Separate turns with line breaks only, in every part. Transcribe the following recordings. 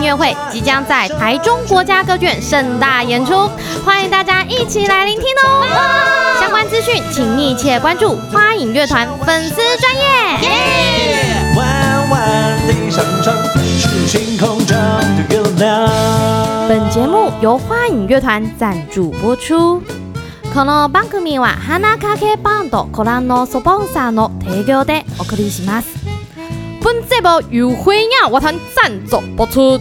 乐会即将在台中国家歌剧院盛大演出，欢迎大家一起来聆听哦。相关资讯请密切关注花影乐团粉丝专业。
弯弯的山川是星空中的月亮。
本节目由花影乐团赞助播出。この番組は花かけバンドコランのスポンサーの提供でお送りします。本节目由花影乐团赞助播出。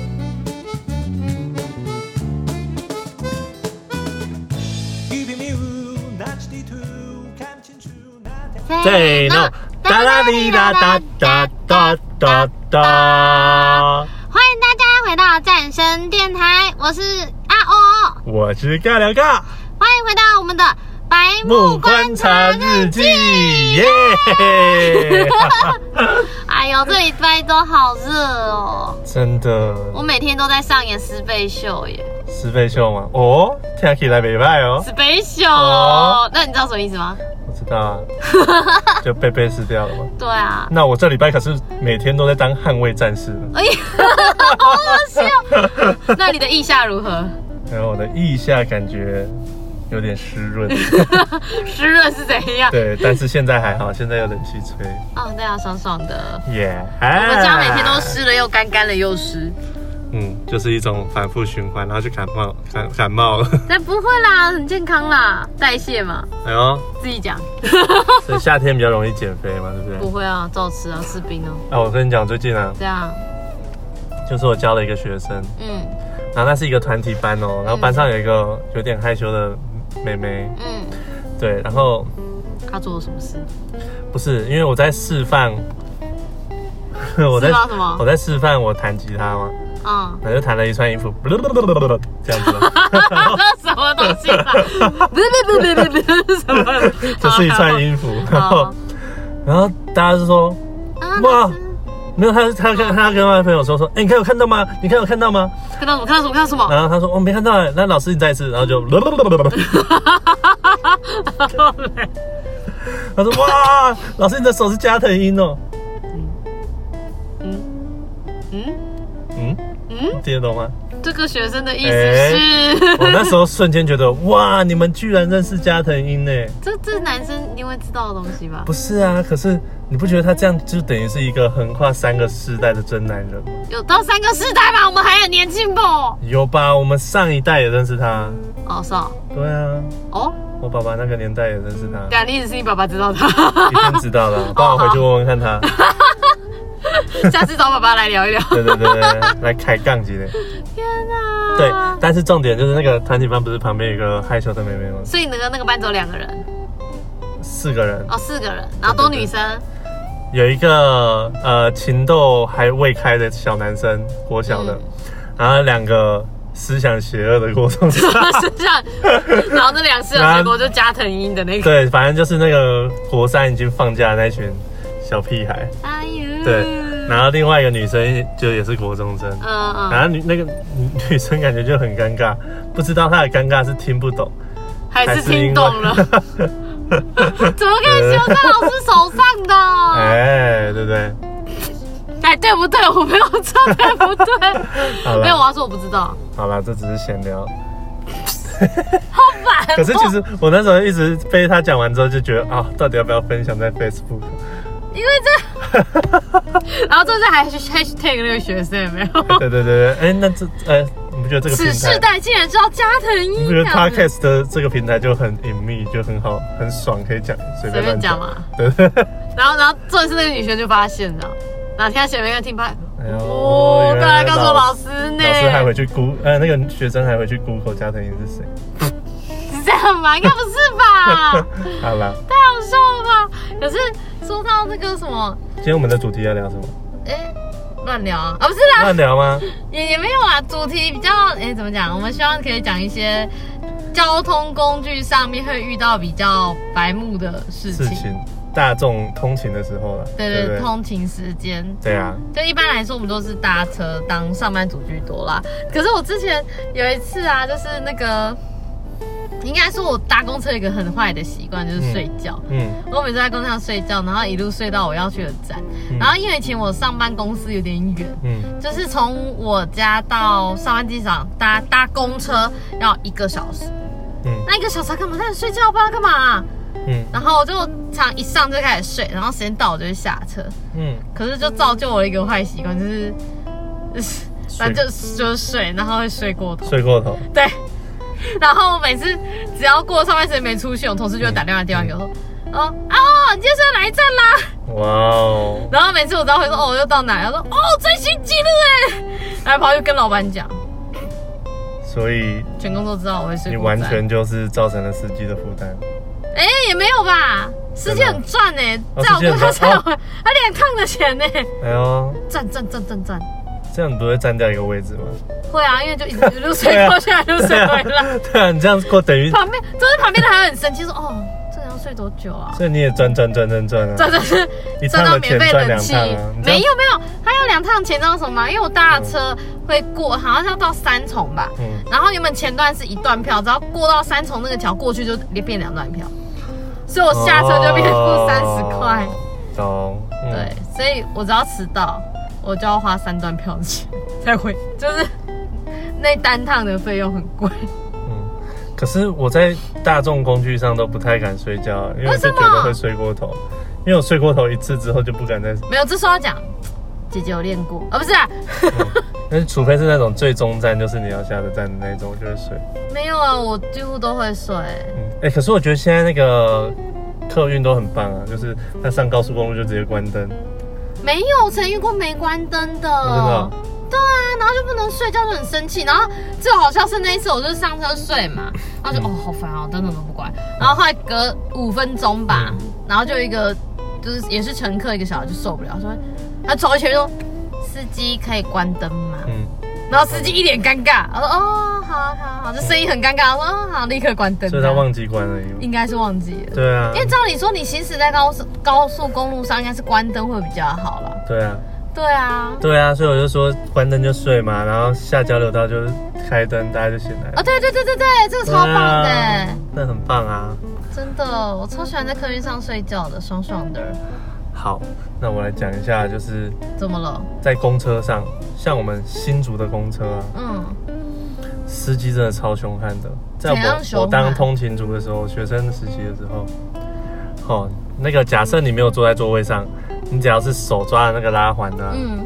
せーの。
哒啦哩啦哒哒哒哒哒。
欢迎大家回到战神电台，我是阿欧，
我是尬聊尬
欢迎回到我们的白木观察日记。
耶！
哎呦，这礼拜都好热哦，
真的，
我每天都在上演十倍秀耶，
十倍秀吗？哦，听起来没败哦。
十倍秀。
哦
那你知道什么意思吗？
我知道 啊，就被被撕掉了嘛。
对啊，
那我这礼拜可是每天都在当捍卫战士了。
哎呀，好恶心哦。那你的意下如何？
然后我的腋下感觉有点湿润，
湿润是怎样？
对，但是现在还好，现在有冷气吹。
哦，对啊，爽爽的。
耶、
我们家每天都湿了又干，干了又湿。
嗯，就是一种反复循环，然后就感冒，感感冒 了。
但不会啦，很健康啦，代谢嘛，
哎呦，
自己讲。
所以夏天比较容易减肥嘛，对不
不会
对？
啊，照吃啊，吃冰哦。
啊，我跟你讲，最近啊，
这样，
就是我教了一个学生，
嗯
然后那是一个团体班哦，然后班上有一个有点害羞的妹妹，
嗯，
对，然后
他做了什么事？
不是因为我在示范， 我在
示范什么
我在示范我弹吉他嘛，
嗯，
然后就弹了一串衣服，这样子，
这什么东西啊啦？不是不是不是不是什么？
这是一串衣 服，然后
好
然后大家就说
啊，
哇
哇！
没有，他他跟他跟他的朋友说说，哎、你看有看到吗？你看有看到吗？
看到什么？看到什么？看到什么？
然后他说我、哦、没看到哎，那老师你再一次，然后就，他说哇，老师你的手是加藤鹰哦，
嗯，
嗯嗯，听得懂吗？
这个学生的意思是，
我那时候瞬间觉得哇，你们居然认识加藤鹰呢？
这这男生一定会知道的东西吧
不？是啊，可是你不觉得他这样就等于是一个横跨三个世代的真男人吗？
有到三个世代吧？我们还很年轻不？
有吧？我们上一代也认识他，
哦，是哦，
对啊，
哦，
我爸爸那个年代也认识他。
对啊，你意思是你爸爸知 道他，
一定知道了，帮我回去问问 看他。
下次找爸爸来聊一聊。
对对对对，来开杠级的。
天啊哪！
对，但是重点就是那个团体班不是旁边有一个害羞的妹妹吗？
所以那个那个班只有两个人
四个人，
哦，四个人，然后都女生。
有一个呃情窦还未开的小男生，国小的，然后两个思想邪恶的国中生。
身上，然后那两次的结果就加藤鹰的那个。
对，反正就是那个国三已经放假的那群小屁孩。
哎呦
对，然后另外一个女生就也是国中生。
嗯嗯，
然后女那个女女生感觉就很尴尬，不知道她的尴尬是听不懂，
还是
因
听
为
懂 了，怎么可以修在老师手上的？
哎，对不对？
哎，对不对？我没有错，对不
好
对？
啦
没有，我要说我不知道。
好啦，这只是闲 聊。好
哦
烦。可是其实我那时候一直被他讲完之后，就觉得啊，到底要不要分享 在 Facebook？
因为这，然后这次还 hashtag 那个学生有没有？
对对对对，哎、那这呃，你不觉得这个
此
平
世
台？
代竟然知道加藤
你
鹰
不觉得
这样子
podcast 的这个平台就很隐秘，就很好，很爽，可以讲随
随便
便乱
讲
讲
嘛。
对对对。
然后然后这次那个女生就发现了，然后听她前面一个听吧，
哎呦
哦，快来告诉我老师呢。
老师还回去估，呃，那个学生还回去 Google 加藤鹰是谁？
是这样吗？应该不是 吧？
好啦，
太好笑了吧？可是说到那个什么，
今天我们的主题要 聊什么？
哎、乱聊啊，啊不是啦，
乱聊吗？
也也没有啊，主题比较，哎、怎么讲？我们希望可以讲一些交通工具上面会遇到比较白目的事情，
事情，大众通勤的时候了，
对
对
对
不对
通勤时间。
对啊，
就一般来说，我们都是搭车当上班族居多啦。可是我之前有一次啊，就是那个应该说我搭公车有一个很坏的习惯，就是睡觉。
嗯
我每次在公车上睡觉，然后一路睡到我要去的站。
嗯
然后因为以前我上班公司有点远，
嗯，
就是从我家到上班机场搭搭公车要一个小时。
嗯
那一个小时干嘛？在睡觉，不知道干嘛、
嗯
然后我就常一上就开始睡，然后时间到我就会下车。
嗯，
可是就造就我一个坏习惯，就是 就是反正就是就是睡，然后会睡过头。
睡过头，
对。然后每次只要过上班时间没出去，我同事就会打电话电话给我说：“哦啊哦，你今天是要哪一站啦
哇哦？”，
然后每次我都会说：“哦，又到哪？”他说：“哦，最新纪录哎！”然后跑去跟老板讲，
所以
全工作知道我会睡
你
过
完
站。
全就是造成了司机的负担。
哎、也没有吧，司机很赚哎、
哦
载我
司机
过
很
他
赚
载我，
哦
他两趟的钱呢、
哎呦，
赚赚赚赚赚。
这样你不会占掉一个位置吗？
会啊，因为就 一直一路睡过去，啊一路睡回来。
啊对啊，你这样过等于，
旁边就是旁边的还会很生气说：“哦，这个要睡多久啊
所以你也赚赚赚赚赚？”啊，
真的是
一
赚
趟
到
的
免
钱
费
赚
冷
两
气
趟啊，，你这
没
样
有没有，还有两趟钱，知道什么吗？因为我搭的车会过，好像是要到三重吧。
嗯，
然后原本前段是一段票，只要过到三重那个桥过去就变两段票，所以我下车就变付三十块。
哦，懂，嗯
对，，所以我只要迟到，我就要花三段票的钱 才回，就是那单趟的费用很贵。
嗯。可是我在大众工具上都不太敢睡觉，因为我就
为什么
觉得会睡过头。因为我睡过头一次之后就不敢再，
没有，这时候要讲，姐姐有练过啊，不是啊，
但是除非是那种最终站，就是你要下的站的那种，我就会睡。
没有啊，我几乎都会睡。
嗯，哎、可是我觉得现在那个客运都很棒啊，就是它上高速公路就直接关灯，
没有，我曾遇过没关灯的。
真的哦
对啊，然后就不能睡觉，就很生气。然后最好笑是那一次，我就上车睡嘛，然后就、
嗯
哦好烦啊，灯怎么都不关。然后后来隔五分钟
嗯
吧，然后就一个就是也是乘客，一个小孩就受不了，说他走一圈说司机可以关灯吗？
嗯，
然后司机一脸尴尬，我说哦好啊好啊好啊，这声音很尴尬，我说哦好，立刻关灯。
所以他忘记关了
应该是忘记了。
对啊
因，为照理说，你行驶在高速高速公路上，应该是关灯会比较好啦。
对啊，
对啊，
对啊，所以我就说关灯就睡嘛，然后下交流道就开灯，大家就醒来
啊
了。
对对对对对，这个
对
超棒的、
啊，那很棒啊。
真的，我超喜欢在客运上睡觉的，爽爽的。
好，那我来讲一下，就是
怎么了？
在公车上，像我们新竹的公车啊，
嗯，
司机真的超凶悍的。在
怎样
我
凶
我当
悍
通勤族的时候，学生时期的时候，哦，那个假设你没有坐在座位上，你只要是手抓着那个拉环的啊、
嗯，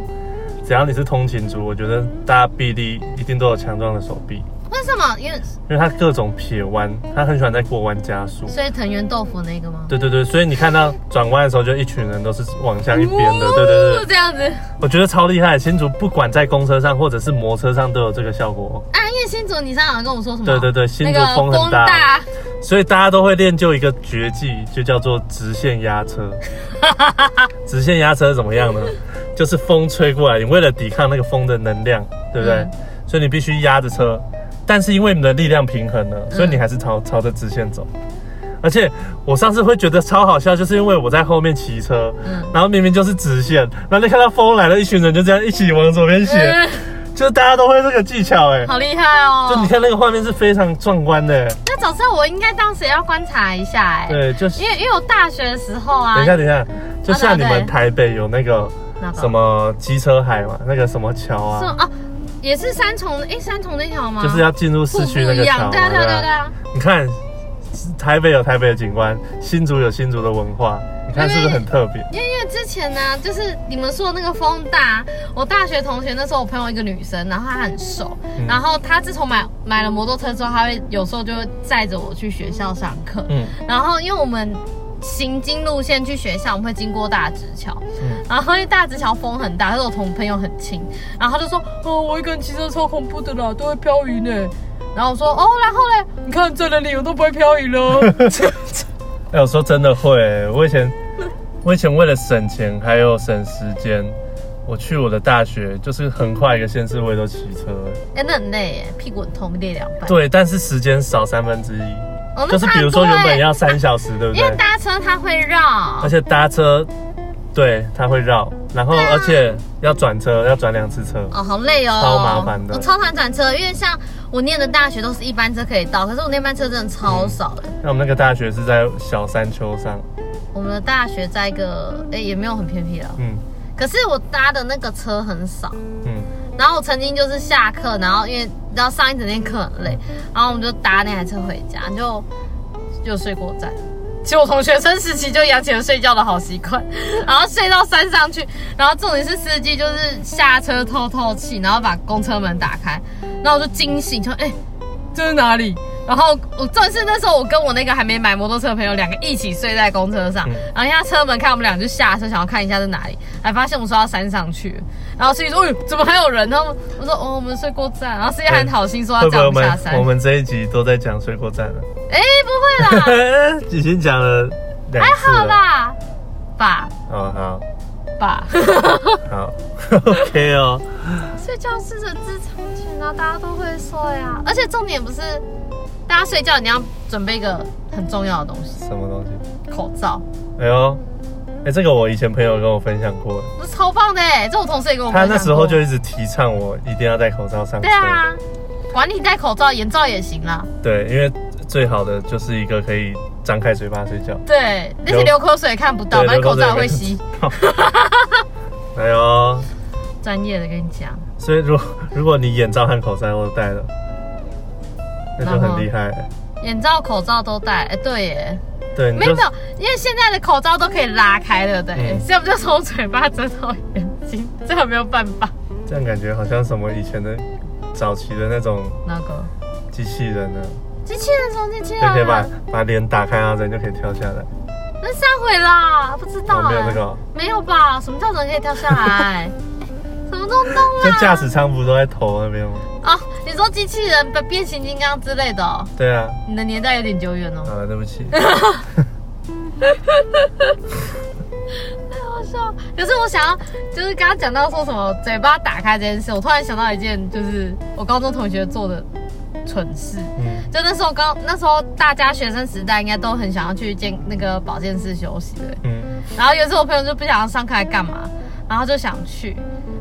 只要你是通勤族，我觉得大家臂力一定都有强壮的手臂，
为什么？因为
因为他各种撇弯，他很喜欢在过弯加速。
所以藤原豆腐那个吗？
对对对，所以你看到转弯的时候，就一群人都是往向一边的，对对
呜
对，
这样子
我觉得超厉害。新竹不管在公车上或者是摩车上都有这个效果，
啊，因为新竹你上次好像跟我说什么？
对对对新竹
那个
风很大
大，
所以大家都会练就一个绝技，就叫做直线压 车。直线压车是怎么样呢？就是风吹过来，你为了抵抗那个风的能量，对不对？
嗯
所以你必须压着车，但是因为你的力量平衡
嗯
了，所以你还是朝、朝着直线走。而且我上次会觉得超好笑，就是因为我在后面骑车，
嗯
然后明明就是直线，然后就看到风来了，一群人就这样一起往左边斜，
嗯
就是大家都会这个技巧哎、
好厉害哦。
就你看那个画面是非常壮观的、
那早知道我应该当时也要观察一下哎、
对，就是
因为因为我大学的时候啊，
等一下，等一下，就像你
啊对
们台北有那个
那个
什么机车海嘛，那个什么桥
是
啊，
啊，也是三重诶，三重那条吗？
就是要进入
瀑布
市区那
一
个桥嘛，
样，对啊对啊对啊对
吧
啊，
你看，台北有台北的景观，新竹有新竹的文化，你看是不是很特别？
因为因为之前呢、就是你们说的那个风大，我大学同学那时候我朋友一个女生，然后她很瘦，
嗯
然后她自从买买了摩托车之后，她会有时候就会载着我去学校上课，
嗯
然后因为我们行经路线去学校，我们会经过大直桥，
嗯
然后因为大直桥风很大，他说我同朋友很亲，然后他就说，哦，我一个人骑车超恐怖的啦，都会漂移呢。然后我说，哦，然后嘞，你看在那里我都不会漂移 了。
哎，我说真的会、我以前我以前为了省钱还有省时间，我去我的大学就是横跨一个县市，我也都骑车、
哎、那很累耶，屁股很痛，裂两半。，
对，但是时间少三分之一，
哦、那
就是比如说
差很
原
多耶
本要三小时，对不
因为
对？
搭车它会绕
而，且搭车，对，它会绕，然后而且要转车，要转两次车。
啊哦，好累哦，
超麻烦的
我超讨厌转车，因为像我念的大学都是一班车可以到，可是我那班车真的超少的。
那我们那个大学是在小山丘上，
我们的大学在一个，哎、也没有很偏僻了，
嗯
可是我搭的那个车很少。
嗯，
然后我曾经就是下课，然后因为你知道上一整天课很累，然后我们就搭那台车回家，就就睡过站。其实我从学生时期就养起了睡觉的好习惯， 然后睡到山上去，然后重点是司机就是下车透透气，然后把公车门打开，然后我就惊醒，就哎、这是哪里？然后我正是那时候，我跟我那个还没买摩托车的朋友两个一起睡在公车上，
嗯
然后一下车门开，我们俩就下车想要看一下是哪里，还发现我们说到山上去，然后司机说：“哎、怎么还有人？”然后我说：“哦，我们睡过站。”然后司机还很好心说要
会不哎
载我
会我
们下
们
山
我。们这一集都在讲水果站了？
哎、不会啦，
已经讲了两
啊还
次
好
了。
啦，爸
哦，
爸，
好好 ，OK 哦。
睡觉是人之常情啊，大家都会睡啊。而且重点不是，大家睡觉你要准备一个很重要的东西
什么东
——
西？
口罩，
哎呦，哎，这个我以前朋友跟我分享过，
这超棒的哎、这我同事也跟我
他
分享过
那时候就一直提倡我一定要戴口罩上车。
对啊，管你戴口罩、眼罩也行啦。
对，因为最好的就是一个可以张开嘴巴睡觉。
对，那些
流
流口水也看不到，
对
反正口
流口水
罩
也
会
看
吸。
哎呦，
专业的跟你讲，
所以如果如果你眼罩和口罩都戴了，那就
然后
很厉害、
眼罩、口罩都戴。哎、对耶，
对，你
没有
就
没有，因为现在的口罩都可以拉开，对不对？
嗯
所以我们就从嘴巴遮到眼睛，这样没有办法。
这样感觉好像什么以前的早期的那种
那个
机器人呢，
机器人从机器
就可以
人
把
啊，
把脸打开，然后人就可以跳下来。
那下回啦，不知道、
哦，
哎，
没有这个、哦，
没有吧？什么叫人可以跳下 来？什么东东
像
啊？
驾驶舱不是都在头那边吗？
哦，你说机器人、变形金刚之类的、哦，
对啊，
你的年代有点久远哦。
啊，对 不起，
好笑。可是我想要，就是刚刚讲到说什么嘴巴打开这件事，我突然想到一件，就是我高中同学做的蠢事。
嗯，
就那时候刚那时候大家学生时代应该都很想要去健那个保健室休息对不对。
嗯，
然后有一次我朋友就不想要上课来干嘛，然后就想去，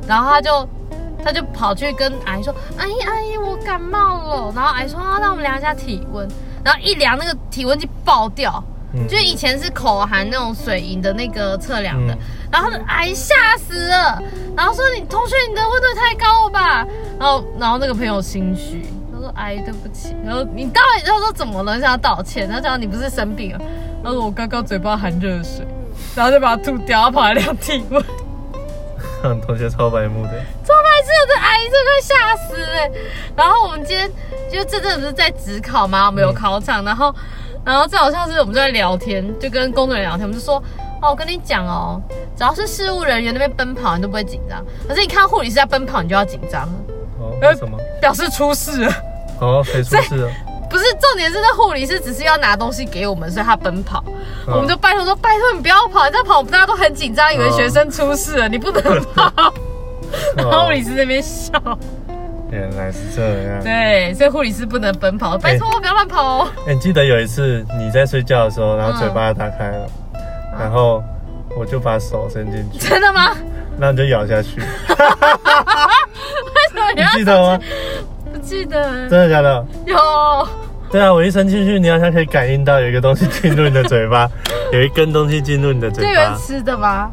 然后他就他就跑去跟阿姨说：“阿姨阿姨，我感冒了。”然后阿姨说：“啊，那我们量一下体温。”然后一量那个体温计爆掉，
嗯
就以前是口含那种水银的那个测量的，
嗯
然后他就哎吓死了，然后说你同学你的温度也太高了吧，然后然后那个朋友心虚，他说哎对不起，然后你到底他说怎么了，想要道歉，他讲你不是生病了，他说我刚刚嘴巴含热水，然后就把它吐掉，然后跑来量体温。
同学超白目的，
超白痴哎的，这阿姨真的快吓死了。然后我们今天就这阵子不是在职考嘛，我们有考场，然后然后最好像是我们就在聊天，就跟工作人员聊天，我们就说。哦，我跟你讲哦，只要是事务人员那边奔跑，你都不会紧张。可是你看护理师在奔跑，你就要紧张了，
哦，为什么？
表示出事了。呃
哦，谁出事了？
不是，重点是那护理师只是要拿东西给我们，所以他奔跑。
嗯
我们就拜托说，拜托你不要跑，你再跑，我们大家都很紧张，以为
嗯
学生出事了，你不能 跑。然后护理
哦
师那边笑。
原来是这样。
对，所以护理师不能奔
哎
跑，拜托不要乱跑哦。
哎、你记得有一次你在睡觉的时候，然后嘴巴打开了，然后我就把手伸进去，
真的吗？
然后你就咬下 去，
为什么你
你
要
记得吗？
啊不记得？
真的假的？
有，
对啊，我一伸进去，你好像可以感应到有一个东西进入你的嘴巴，有一根东西进入你的
就
嘴
有人
巴。
吃的吗？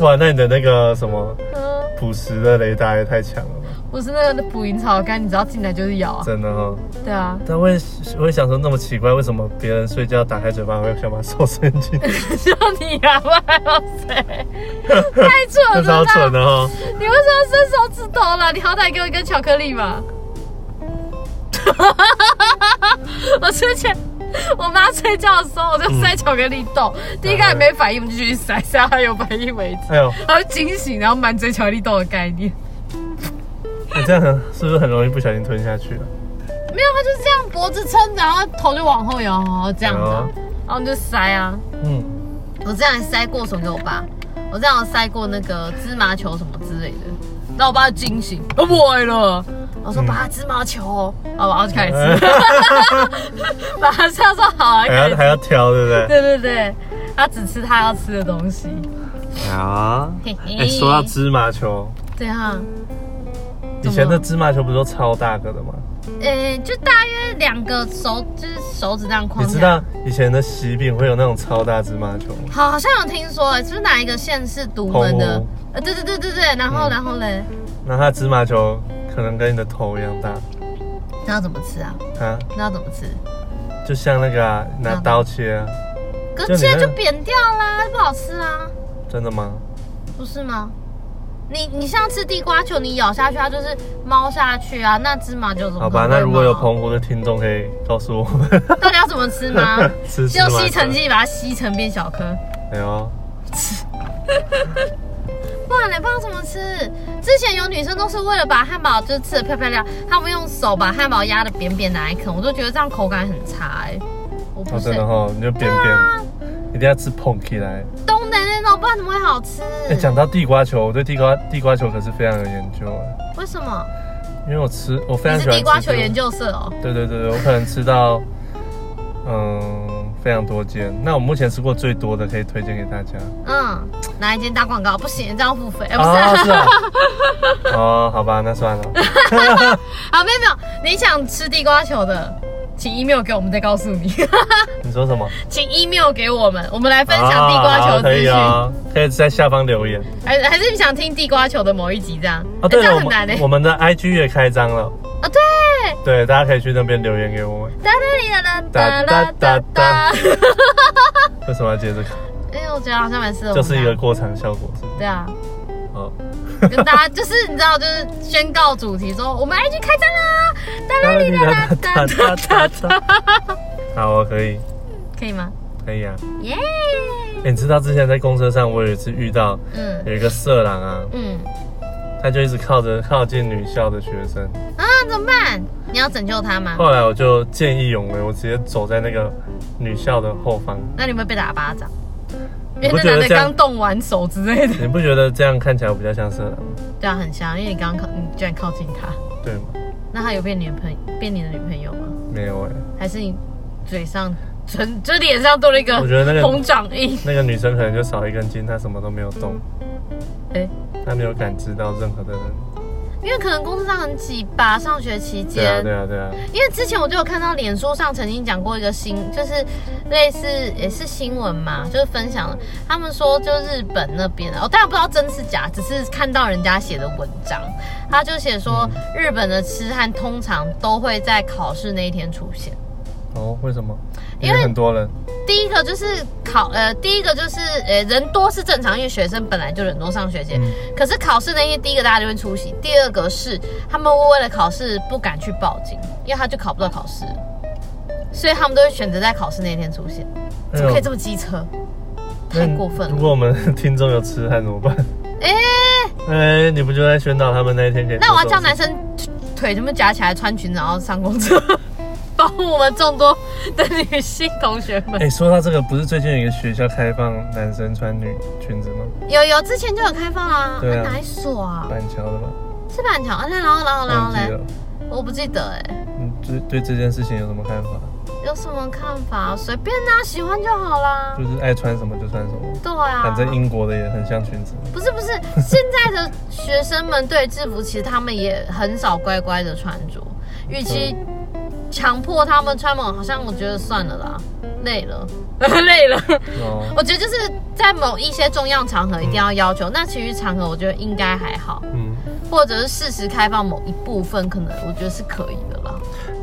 哇，那你的那个什么
嗯，
捕食的雷达也太强了吧，
我是那个捕蝇草杆，你只要进来就是咬啊。
真的哦。
对啊，
但我也我也想说，那么奇怪，为什么别人睡觉打开嘴巴会想把手伸进去？
就你啊，不然还有谁？太蠢
那
了，
超蠢的！哦。
你为什么伸手指头了？你好歹给我一根巧克力吧。 我之前我妈睡觉的时候，我就
嗯
塞巧克力豆，第一个还没反应，我们就继续塞，塞到她有反应为止。
哎呦，
然后惊醒，然后满嘴巧克力豆的概念。
你这样很是不是很容易不小心吞下去了？
没有，他就是这样脖子撑着，然后头就往后摇，然后这样子啊、然后你就塞啊。
哦嗯。
我这样还塞过什么给我爸？我这样有塞过那个芝麻球什么之类的，然后我爸就惊醒，啊不爱了。我说
嗯
爸，芝麻球哦，好吧，然后就开 始吃，马上说好啊，
还
开
要
始
还
吃。
要挑，对不对？
对对对，他只吃他要吃的东西。
啊！
嘿嘿
哎、说到芝麻球，
对啊，
以前的芝麻球不是都超大个的吗？
呃、就大约两个手，就是手指这样框
你
起来。
知道以前的喜饼会有那种超大芝麻球吗？
好，好像有听说、欸，是不是哪一个县市独门的
澎湖？
呃，对对对对对，然后、
嗯
然后嘞，
那它的芝麻球可能跟你的头一样大
那要怎么吃啊？
啊，
那要怎么吃？
就像那个、啊、拿
嗯
刀切啊，
可
就你
是切
那
就扁掉啦，不好吃啊，
真的吗？
不是吗？你你像吃地瓜球，你咬下去它就是猫下去啊，那芝麻就怎么可能
好吧，那如果
会
有
猫
澎湖的听众可以告诉我 们，
到底要怎么吃 吗？
吃芝麻
用
球
吸尘，器把它吸成变小颗，
哎呦，
不然嘞，不知道怎么吃。之前有女生都是为了把汉堡就是吃的漂漂亮，她们用手把汉堡压的扁扁拿来啃，我都觉得这样口感很差哎、我不
哦，
是、啊
真的哈、你就扁扁，一定要吃捧起来。
东的那种，不然怎么会好吃？
哎、讲到地瓜球，我对地瓜地瓜球可是非常有研究哎，
为什么？
因为我吃我非
你
常
是
喜欢吃、
地瓜球研，究社哦？
对对对对，我可能吃到嗯非常多间，那我目前吃过最多的可以推荐给大家。
嗯，哪一间打广告？不行，这样付费。哎、不是、
哦，是啊， 哦，好吧，那算了。
啊，没有没有，你想吃地瓜球的，请 email 给我们，再告诉你。
你说什么？
请 email 给我们，我们来分享地瓜球
啊
资
可以
讯。
啊，可以在下方留言。
还还是你想听地瓜球的某一集这样？
哦，
哎
对
这样
了，我
很难的、
们我们的 IG 也开张了，
啊，对，
对，大家可以去那边留言给我们。
哒哒哩哒哒哒哒 哒。
为什么要接这个？
因为我觉得好像蛮适合我们的啊，
就是一个过场效果，是吗
对啊，
哦。
跟大家 就是你知道，就是宣告主题说我们 IG 开张啊啦，哒啦哩哒哒哒哒哒，
好啊，可以，
可以吗？
可以啊。
耶，
哎你知道之前在公车上，我有一次遇到
嗯
有一个色狼啊，
嗯
他就一直靠着靠近女校的学生，
啊，怎么办？你要拯救他吗？
后来我就见义勇为，我直接走在那个女校的后方。
那你会被打巴掌，
你
因
不
为
觉
那
得
男的
这样
刚动完手之类的，
你不觉得这样看起来比较像色狼，
对啊，很像，因为你刚刚靠，你居然靠近他，
对吗？
那他有变你的朋变你的女朋友吗？
没有哎、
还是你嘴上唇就脸上多了一个
我觉得那个
红掌印？
那个女生可能就少一根筋，她什么都没有动，
哎
她没有感知到任何的人。
因为可能工作上很挤吧，上学期
对啊，
间，
对啊，对啊，
因为之前我就有看到脸书上曾经讲过一个新，就是类似也是新闻嘛，就是分享了他们说就日本那边的，我、哦、当然不知道真是假，只是看到人家写的文章，他就写说、日本的痴汉通常都会在考试那一天出现。
哦，为什么？
因为
因为很多人，
第一个就是考，呃，第一个就是，呃，人多是正常，因为学生本来就人多上学节。
嗯
可是考试那天，第一个大家就会出席，第二个是他们为了考试不敢去报警，因为他就考不到考试，所以他们都会选择在考试那天出现。
哎
怎么可以这么机车？太过分
如
了！
果我们听众有痴汉怎么办？
哎、
哎、你不就在宣导他们那一天可以？
那我要叫男。生腿全部夹起来，穿裙子然后上公车， 保护我们众多的女性同学们
哎、。说到这个，不是最近有一个学校开放男生穿女裙子吗？
有有，之前就有开放啊，
对啊
哪一所啊？
板桥的吗？
是板桥，啊那然后然后然后
忘记
嘞。
了。
我不记得哎、
你对对这件事情有什么看法？
有什么看法？随便啦、喜欢就好啦。
就是爱穿什么就穿什么，
对啊，
反正英国的也很像裙子。
不是不是，现在的学生们对制服其实他们也很少乖乖的穿着，与其
嗯
强迫他们穿某，好像我觉得算了啦，累 了，累了。
哦，
我觉得就是在某一些重要场合一定要要求，那其余场合我觉得应该还好，
嗯，
或者是适时开放某一部分，可能我觉得是可以的啦。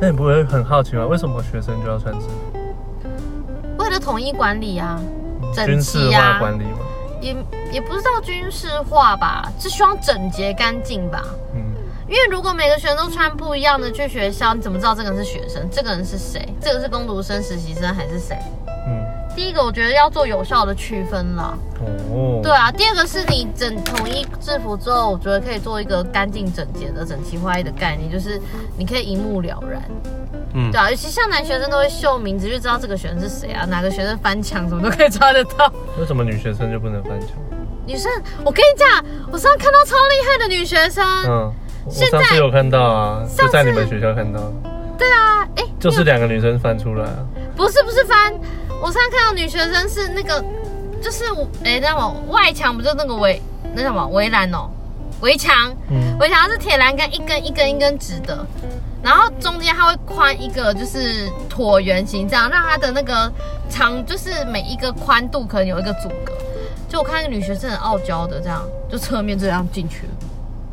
那你不会很好奇吗？为什么学生就要穿制服？
为了统一管理啊，整
军事
齐
化
啊，
管理吗？
也也不是到军事化吧，是希望整洁干净吧。
嗯，
因为如果每个学生都穿不一样的去学校，你怎么知道这个人是学生，这个人是谁，这个是工读生、实习生还是谁？
嗯，
第一个，我觉得要做有效的区分了。
哦，
对，啊，第二个是你整统一制服之后，我觉得可以做一个干净、整洁的、整齐划一的概念，就是你可以一目了然。
嗯
对啊，尤其像男学生都会秀名字，就知道这个学生是谁啊，哪个学生翻墙什么都可以抓得到。
为什么女学生就不能翻墙？
女生，我跟你讲，我上次看到超厉害的女学生，
嗯，我
现在
上次有看到啊，
上
就在你
次
们学校看到，
对啊，哎、
就是两个女生翻出来啊。
不是不是翻，我上次看到女学生是那个就是我哎、那么外墙不就那个围那什么围栏哦，围墙，
嗯，
围墙是铁栏杆一根一根一根直的，然后中间它会宽一个就是椭圆形，这样让它的那个长就是每一个宽度可能有一个阻隔。就我看那个女学生很傲娇的这样，就侧面这样进去了。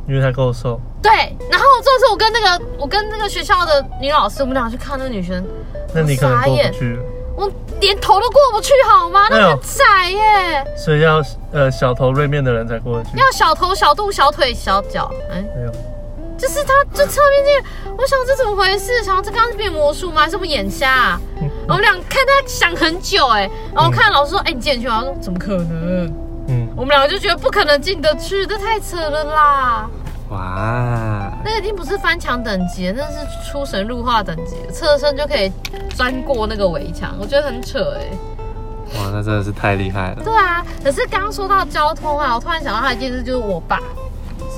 因为他够瘦，
对，然后这次我跟那个我跟那个学校的女老师，我们俩去看那个女生，
那你可能过
傻眼
不去，
我连头都过不去好吗？
哎呦
那很窄耶，
所以要呃小头锐面的人才过得去。啊
要小头、小肚、小腿、小脚，哎、
没有，
就是他这侧面这个，我想这怎么回事？想这刚刚是变魔术吗？还是我眼瞎、 啊？我们俩看他想很久哎、然后我看老师说，哎、你进得去吗？他说怎么可能？
嗯，
我们两个就觉得不可能进得去，这太扯了啦！
哇，
那个已经不是翻墙等级了，那是出神入化等级了，侧身就可以钻过那个围墙，我觉得很扯哎、
哇，那真的是太厉害了。
对啊，可是刚刚说到交通啊，我突然想到还有一件事，就是我爸，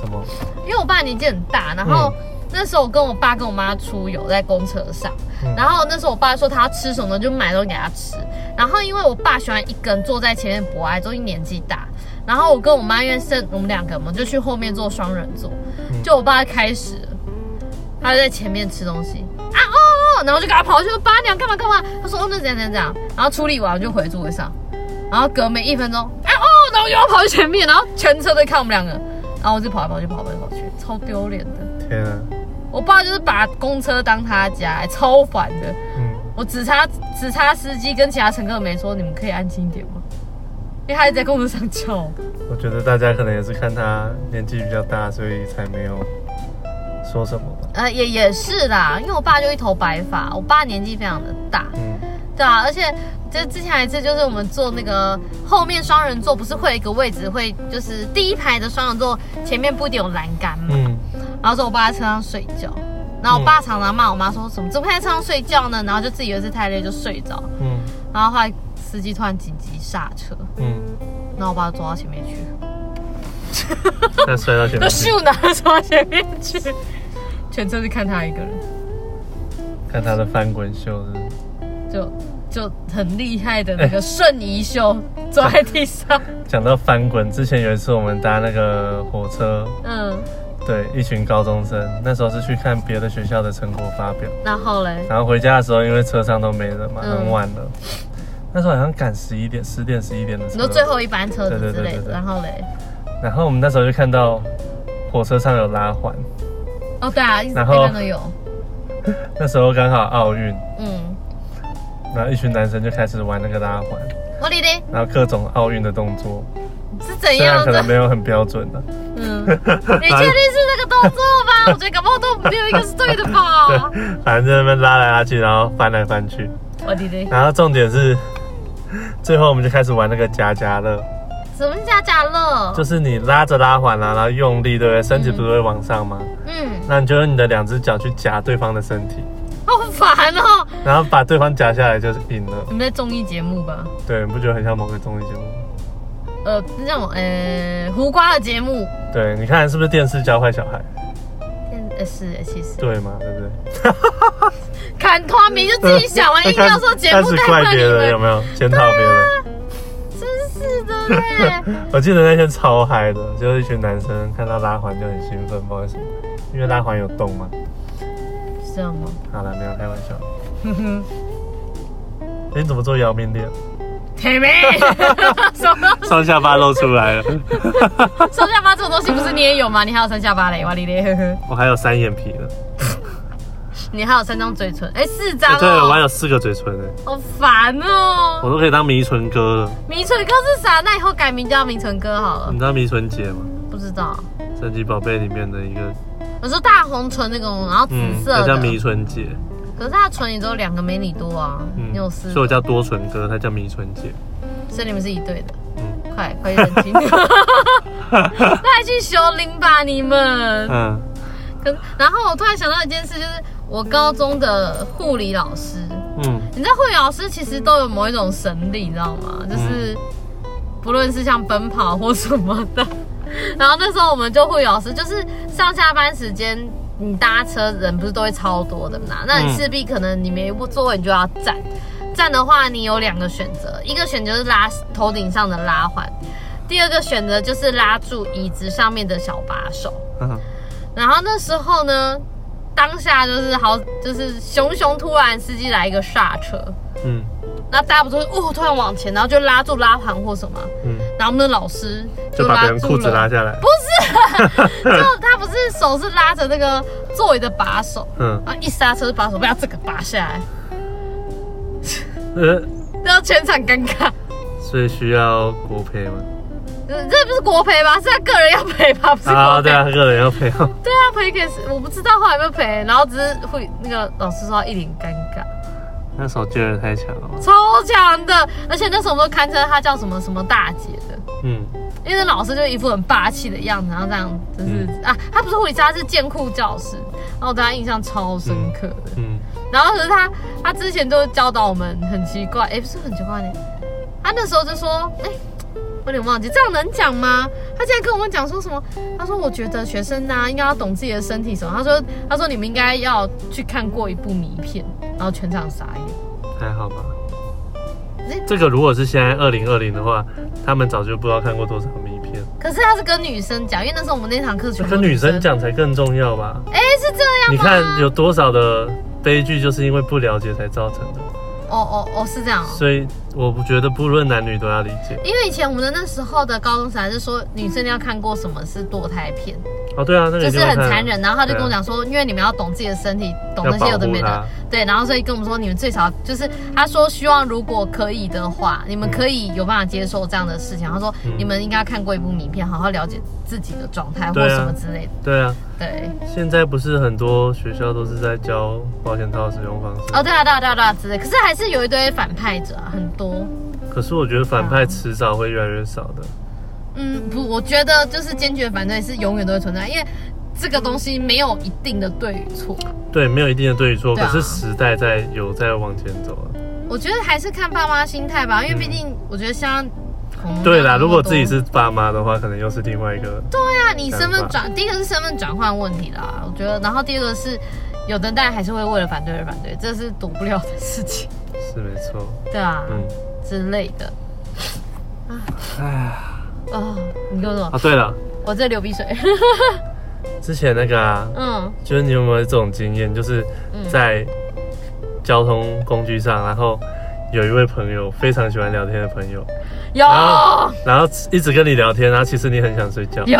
什么？
因为我爸年纪很大，然后那时候我跟我爸跟我妈出游在公车上，
嗯
然后那时候我爸说他要吃什么就买东西给他吃，然后因为我爸喜欢一个人坐在前面博爱，终于年纪大，然后我跟我妈因为剩我们两个嘛，就去后面坐双人座，就我爸开始了，他就在前面吃东西啊哦哦，然后就给他跑去说爸你要干嘛干嘛，他说哦那怎样怎样怎样，然后处理完我就回座位上，然后隔没一分钟啊哦，然后又要跑去前面，然后全车都看我们两个，然后我就跑来跑去跑来跑去，超丢脸的。
天啊，
我爸就是把公车当他家、哎超烦的。
嗯，
我只差只差司机跟其他乘客没说，你们可以安静一点吗？因为他一直在公车上叫。
我觉得大家可能也是看他年纪比较大，所以才没有说什么吧。
呃，也也是啦，因为我爸就一头白发，我爸年纪非常的大，
嗯，
对啊，而且就之前还有一次就是我们坐那个后面双人座，不是会有一个位置会就是第一排的双人座前面不一定有栏杆吗？
嗯，
然后说我爸在车上睡觉，然后我爸常常骂我妈说什么怎么可以在车上睡觉呢？然后就自己有一次太累就睡着，
嗯，
然后后来司机突然紧急刹车，
嗯，
然后我爸就坐到前面去，
那摔到前
就
面，
咻拿坐到前面去，全车就看他一个人，
看他的翻滚秀是不是
就就很厉害的那个瞬移秀坐在地上，
讲到翻滚，之前有一次我们搭那个火车，
嗯，
对，一群高中生，那时候是去看别的学校的成果发表，
然后嘞，
然后回家的时候，因为车上都没人嘛，
嗯
很晚了，那时候好像赶十一点、十点、十一点的
你
时候，
说最后一班车子之
对对对
类
对
的，
对
然后嘞，
然后我们那时候就看到火车上有拉环，
哦对啊，一直
然
那
后
边都有，
那时候刚好奥运，
嗯，
然后一群男生就开始玩那个拉环，
我弟弟
然后各种奥运的动作，
是怎
虽然
样
可能没
的？
有很标准的，
嗯。 你确定是那个动作吗？ 我觉得搞不好都没有一个是对的吧。
对，反正在那边拉来拉去，然后翻来翻去，
我哦弟弟，
然后重点是，最后我们就开始玩那个夹夹乐。
什么是假假乐？
就是你拉着拉环啊，然后用力，对不对？身体不是会往上吗？
嗯，
那你就用你的两只脚去夹对方的身体，
好烦哦。
然后把对方夹下来就是赢了。
你们在综艺节目吧？
对，你不觉得很像某个综艺节目？
呃，那种呃胡瓜的节目。
对，你看是不是电视教坏小孩？
嗯，呃是呃其实
对嘛，对不对？
砍团名就自己想完，硬啊要说节目
开始
带
怪
坏你
别人有
们，
没有？检讨别人。
真是的嘞。
我记得那天超嗨的，就是一群男生看到拉环就很兴奋，不知道为什么，因为拉环有动嘛。
是这样吗？
好了，没有开玩笑。哎、你怎么做姚明脸？
嗯铁妹， 什么东西？
上下巴露出来了，
上下巴这种东西不是你也有吗？你还有三下巴嘞，哇哩嘞，呵呵
我还有三眼皮呢。
你还有三张嘴唇，哎，四张
对，我还
哦，
有四个嘴唇哎，
好烦哦。
我都可以当迷唇哥了。
明纯哥是啥？那以后改名叫明纯哥好了
你。知道迷唇姐吗？
不知道，
神奇宝贝里面的一个，
我说大红唇那种，然后紫色
她
的。
嗯叫迷唇姐，
可是他的唇也只有两个，没你多啊。你有
所
四
以
个，
嗯我叫多唇哥，她叫迷唇姐。
所以你们是一对的。
嗯
快快去认清，快去修灵吧你们。
嗯
可然后我突然想到一件事，就是我高中的护理老师，
嗯，
你知道护理老师其实都有某一种神力，你知道吗？就是不论是像奔跑或什么的。然后那时候我们就护理老师，就是上下班时间你搭车人不是都会超多的嘛？那你势必可能你没座位你就要站。站的话，你有两个选择，一个选择是拉头顶上的拉环，第二个选择就是拉住椅子上面的小把手。
嗯
然后那时候呢，当下就是好，就是熊熊突然司机来一个刹车，
嗯
那大家不是会哦突然往前，然后就拉住拉环或什么，
嗯，
然后我们的老师
就把别人
住
裤子
了，
拉下来，
就他不是 手是拉着那个座椅的把手，
嗯
然后一刹车把手被他整个拔下来，
呃，
然后全场尴尬。
所以需要国赔吗？
呃这不是国赔吧？是他个人要赔吧？不是国赔、
啊，对啊，个人要赔哦。
对啊，赔给谁我不知道后来有没有赔，然后只是会那个老师说他一脸尴尬，
那手劲儿太强了吧，
超强的，而且那时候我们都堪称他叫什么什么大姐的，
嗯，
因为那老师就一副很霸气的样子，然后这样就是、
嗯
啊，他不是护理师，他是监护教师，然后我对他印象超深刻的。
嗯，
然后可是他他之前都教导我们很奇怪，哎、不是很奇怪呢，他那时候就说，哎、我有点忘记，这样能讲吗？他竟然跟我们讲说什么？他说我觉得学生呐、应该要懂自己的身体什么。他说他说你们应该要去看过一部迷片，然后全场傻眼。
还好吧
那。
这个如果是现在二零二零的话，他们早就不知道看过多少迷片，
可是他是跟女生讲，因为那时候我们那堂课全部
跟
都
女生，讲才更重要吧？
哎、是这样吗？
你看有多少的悲剧就是因为不了解才造成的，
哦哦哦，是这样、哦。
所以我不觉得不论男女都要理解。
因为以前我们的那时候的高中生还是说女生要看过什么是堕胎片，
哦，对啊，那个
就
一定
是
会
很
看啊
残忍。然后他就
对啊
跟我讲说，因为你们要懂自己的身体，懂
要
那些有的没
保护
的，对。然后所以跟我们说，你们最少就是他说希望如果可以的话，你们可以有办法接受这样的事情。他说
嗯
你们应该看过一部名片，好好了解自己的状态
对
或
啊
什么之类的，
对啊，
对。
现在不是很多学校都是在教保险套的使用方式。
哦，对啊，对啊，对啊，对啊，之类。可是还是有一堆反派者、啊，很多。
可是我觉得反派迟早会越来越少的。
嗯，不，我觉得就是坚决反对是永远都会存在，因为这个东西没有一定的对与错。
对，没有一定的对与错，
对
可
啊嗯
是时代在有在往前走啊。
我觉得还是看爸妈心态吧，因为毕竟我觉得像恐龙
对
那
啦，
么
如果
多
自己是爸妈的话，可能又是另外一个。
对啊，你身份
想法
转第一个是身份转换问题啦，我觉得，然后第二个是有的人当然还是会为了反对而反对，这是躲不了的事情，
是没错，
对啊、
嗯，
之类的。
哎呀
哦，你跟我说，
啊，对了，
我这流鼻水。
之前那个啊，
嗯，
就是你有没有这种经验，就是在交通工具上，然后有一位朋友非常喜欢聊天的朋友，
有
然后然后一直跟你聊天，然后其实你很想睡觉，
有，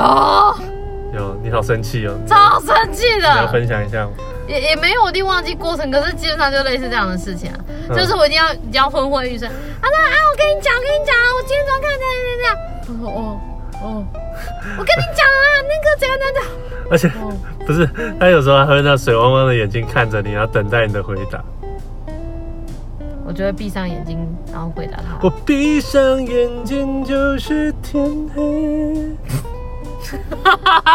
有你好生气哦，你
超生气
你要
的，
分享一下吗？
也也没有，我一定忘记过程，可是基本上就类似这样的事情啊，
嗯
就是我一定要你要昏昏欲睡，他说啊，我跟你讲，我跟你讲，我今天早上看到这样这样这样，我说哦哦，我跟你讲啊，那个怎样怎样怎样。
而且
哦
不是他有时候还会那水汪汪的眼睛看着你，然后等待你的回答。
我就会闭上眼睛，然后回答他。
我闭上眼睛就是天黑。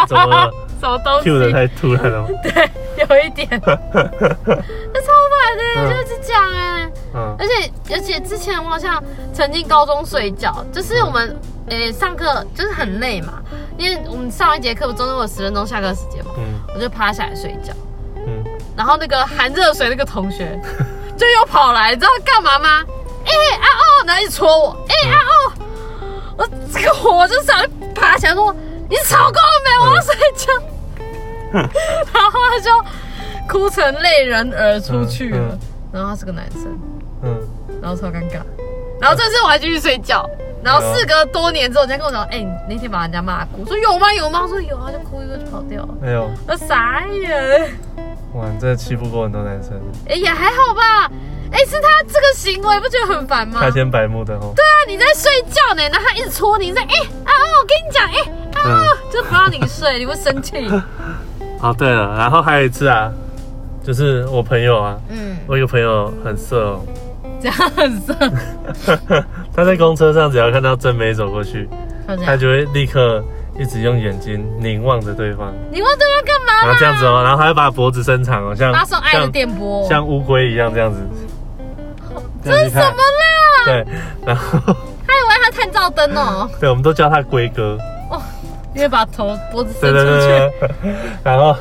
怎么了
啊什么东西？
？Q 的太突然了 吗？
有一 点，那超烦的，
嗯
就是这样哎。
嗯
而且而且之前我好像曾经高中睡觉，就是我们诶、上课就是很累嘛，因为我们上一节课中间有十分钟下课时间嘛，
嗯
我就趴下来睡觉，
嗯，
然后那个含热水那个同 学就又跑来，你知道干嘛吗？哎、啊哦，然后一直戳我，哎、啊哦，我这个火就上来爬起来说，你吵够了没？我要睡觉。 然后他就哭成泪人儿出去了。
嗯嗯
然后他是个男生，
嗯，
然后超尴尬。然后这次我还继续睡觉。然后
啊
事隔多年之后，人家跟我讲，哎、你那天把人家骂哭，说有吗有吗？我说有啊，就哭一个就跑掉了。
没有，
我傻眼。
哎哇，你真的欺负过很多男生，
哎、也还好吧。哎、是他这个行为不觉得很烦吗？
开
对
天白目的哦。
啊，你在睡觉呢，然后他一直戳你，你在哎、啊啊，我跟你讲，哎、啊啊，就不让你睡，你会生 气。
嗯哦，对了，然后还有一次啊，就是我朋友啊，
嗯，
我有个朋友很色哦，
这样很色。
他在公车上只要看到真美走过去，
就这
他
样，
就会立刻一直用眼睛凝望着对方，
你问对方干嘛
然
啦？
后这样子哦，然后还会把脖子伸长哦，像
发送爱的
像
电波。
像乌龟一样这样子。
这是什么啦？
对，然后
他以为他探照灯哦，
对，我们都叫他龟哥。
因为把头脖子
对
伸
对对
出去。
对。对然后，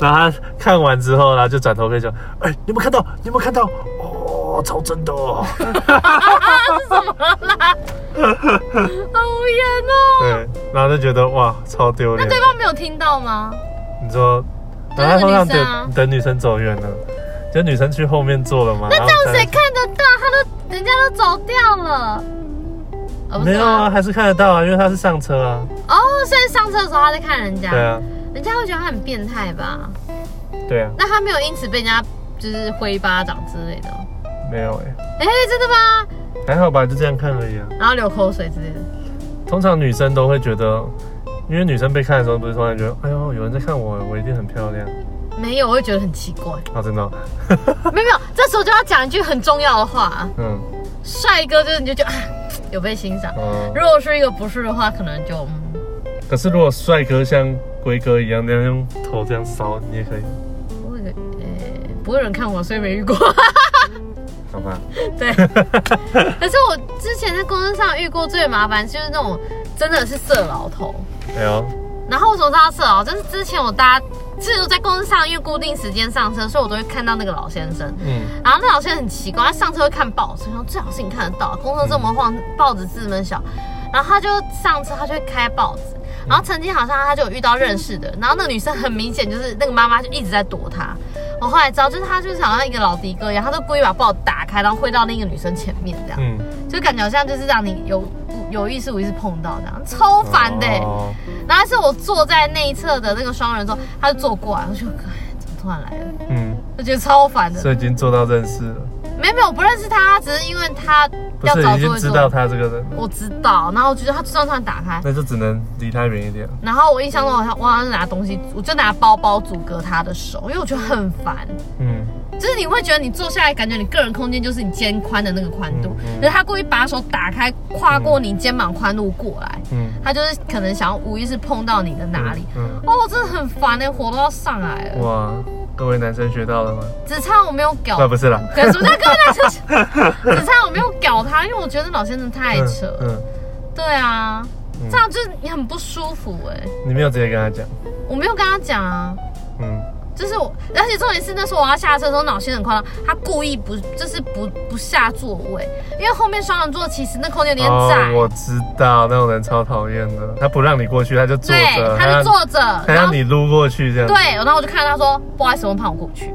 然后他看完之后，然后就转头跟你讲：“哎，你有没有看到？你有没有看到？哦，哇，超真的 哦。
好无言哦。
对，然后就觉得哇，超丢
那
脸。
对方没有听到吗？
你说，
就是
然后后
女
让
生啊
等等女生走远了，就女生去后面坐了嘛。
那
然
这
后
样谁
再
看得到？他都人家都走掉了。哦，不
没
是
有啊，
哦，
还是看得到啊，因为他是上车啊。
哦，所以上车的时候他在看人家，
对啊，
人家会觉得他很变态吧？
对啊，
那他没有因此被人家就是挥巴掌之类的哦？
没有哎、
哎、真的吗？
还好吧，就这样看而已啊。
然后流口水之类的。
通常女生都会觉得，因为女生被看的时候，不是突然觉得，哎呦，有人在看我，我一定很漂亮
没有，我会觉得很奇怪。
啊，真的哦、
没有没有，这时候就要讲一句很重要的话，
嗯，
帅哥就是你就觉得啊有被欣赏。
哦、
如果是一个不是的话，可能就嗯
可是如果帅哥像龟哥一样，那样用头这样搔，你也可以，
不会有，呃，不会有人看我，所以没遇过。
好吧？
对，可是我之前在公车上遇过最麻烦就是那种真的是色老头。
哎呦，
然后我怎么知道他色老？就是之前我搭，就是在公车上，因为固定时间上车，所以我都会看到那个老先生。
嗯，
然后那老先生很奇怪，他上车会看报纸，然后最好是你看得到，公车这么晃，报纸字么小。然后他就上车，他就会开报纸。然后曾经好像他就有遇到认识的，然后那个女生很明显就是那个妈妈就一直在躲他。我后来知道，就是他就是好像一个老迪哥一样，他都故意把报纸打开，然后挥到那个女生前面，这样
嗯，
就感觉好像就是让你有有意识无意识碰到这样，超烦的欸、
哦
然后是我坐在内侧的那个双人座，他就坐过来，我就哎，怎么突然来了？
嗯，
我觉得超烦的。
所以已经做到认识了，
没有没有，我不认识他，只是因为他
不
要
是
找座
已经
位
知
坐
道，他这个人了，
我知道。然后我觉得他突然突然打开，
那就只能离他远一点。
然后我印象中好像我好像是拿东西，我就拿包包阻隔他的手，因为我觉得很烦。
嗯，
就是你会觉得你坐下来，感觉你个人空间就是你肩宽的那个宽度，
嗯嗯
可是他故意把手打开，跨过你肩膀宽度过来，
嗯
他就是可能想要无意识碰到你的哪里。
嗯，
哦，我真的很烦哎、火都要上来了。
哇，各位男生学到了吗？
只差我没有
那
屌，
不是啦，
可是那个那是，只差我没有屌他，因为我觉得那老先生太扯了。
嗯，
对啊，
嗯
这样就是你很不舒服哎、
你没有直接跟他讲，
我没有跟他讲啊，
嗯，
就是我，而且重点是那时候我要下车的时候，老先生很夸张，他啊故意不就是不不下座位，因为后面双人座其实那空间有点窄。
哦我知道那种人超讨厌的，他不让你过去，他就坐着，
对，他就坐着，
还
然
让
后
你撸过去这样。
对，，然后我就看到他说不好意思，我很胖，我过不去，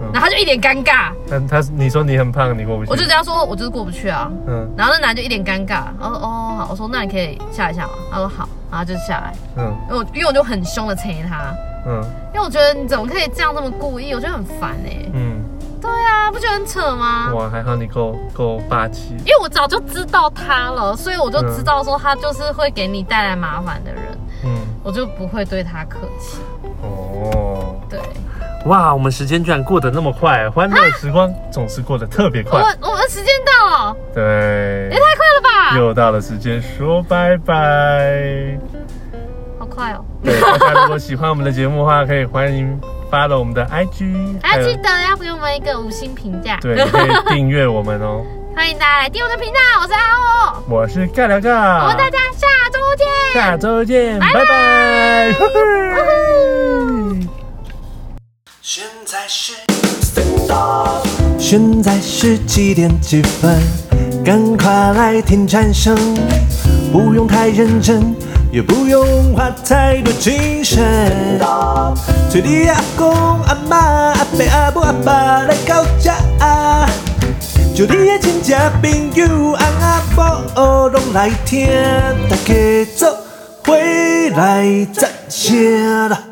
嗯
然后他就一脸尴尬，
但他你说你很胖，你过不去，
我就跟他说我就是过不去啊，
嗯
然后那男的就一脸尴尬，然后哦好，我说那你可以下一下吗？他说好，然后就下来，
嗯
因为我因为我就很凶的捶他，
嗯
因为我觉得你怎么可以这样这么故意，我觉得很烦哎、
嗯，
对啊，不觉得很扯吗？
哇，还好你够够霸气，
因为我早就知道他了，所以我就知道说他就是会给你带来麻烦的人，
嗯
我就不会对他客气。
哦，
对，
哇，我们时间居然过得那么快，欢乐时光总是过得特别
我
快，
们我们时间到了，
对
也，太快了吧，
又到了时间说拜拜。
好快哦！
对，大家如果喜欢我们的节目的话，可以欢迎 follow 我们的 IG，
还
还有
记得要给我们一个五星评价，
对，你可以订阅我们哦。
欢迎大家来订我们的频道，我是阿欧，
我是尬聊
我
尬，
们大家下周见。
下周见，拜拜。
现在是现在是几点几分？赶快来听蝉声，不用太认真，也不用花太多精神。催你阿公阿妈阿伯阿母阿爸来到家，就你的亲戚朋友阿阿婆拢来听，大家做回来赞声啦。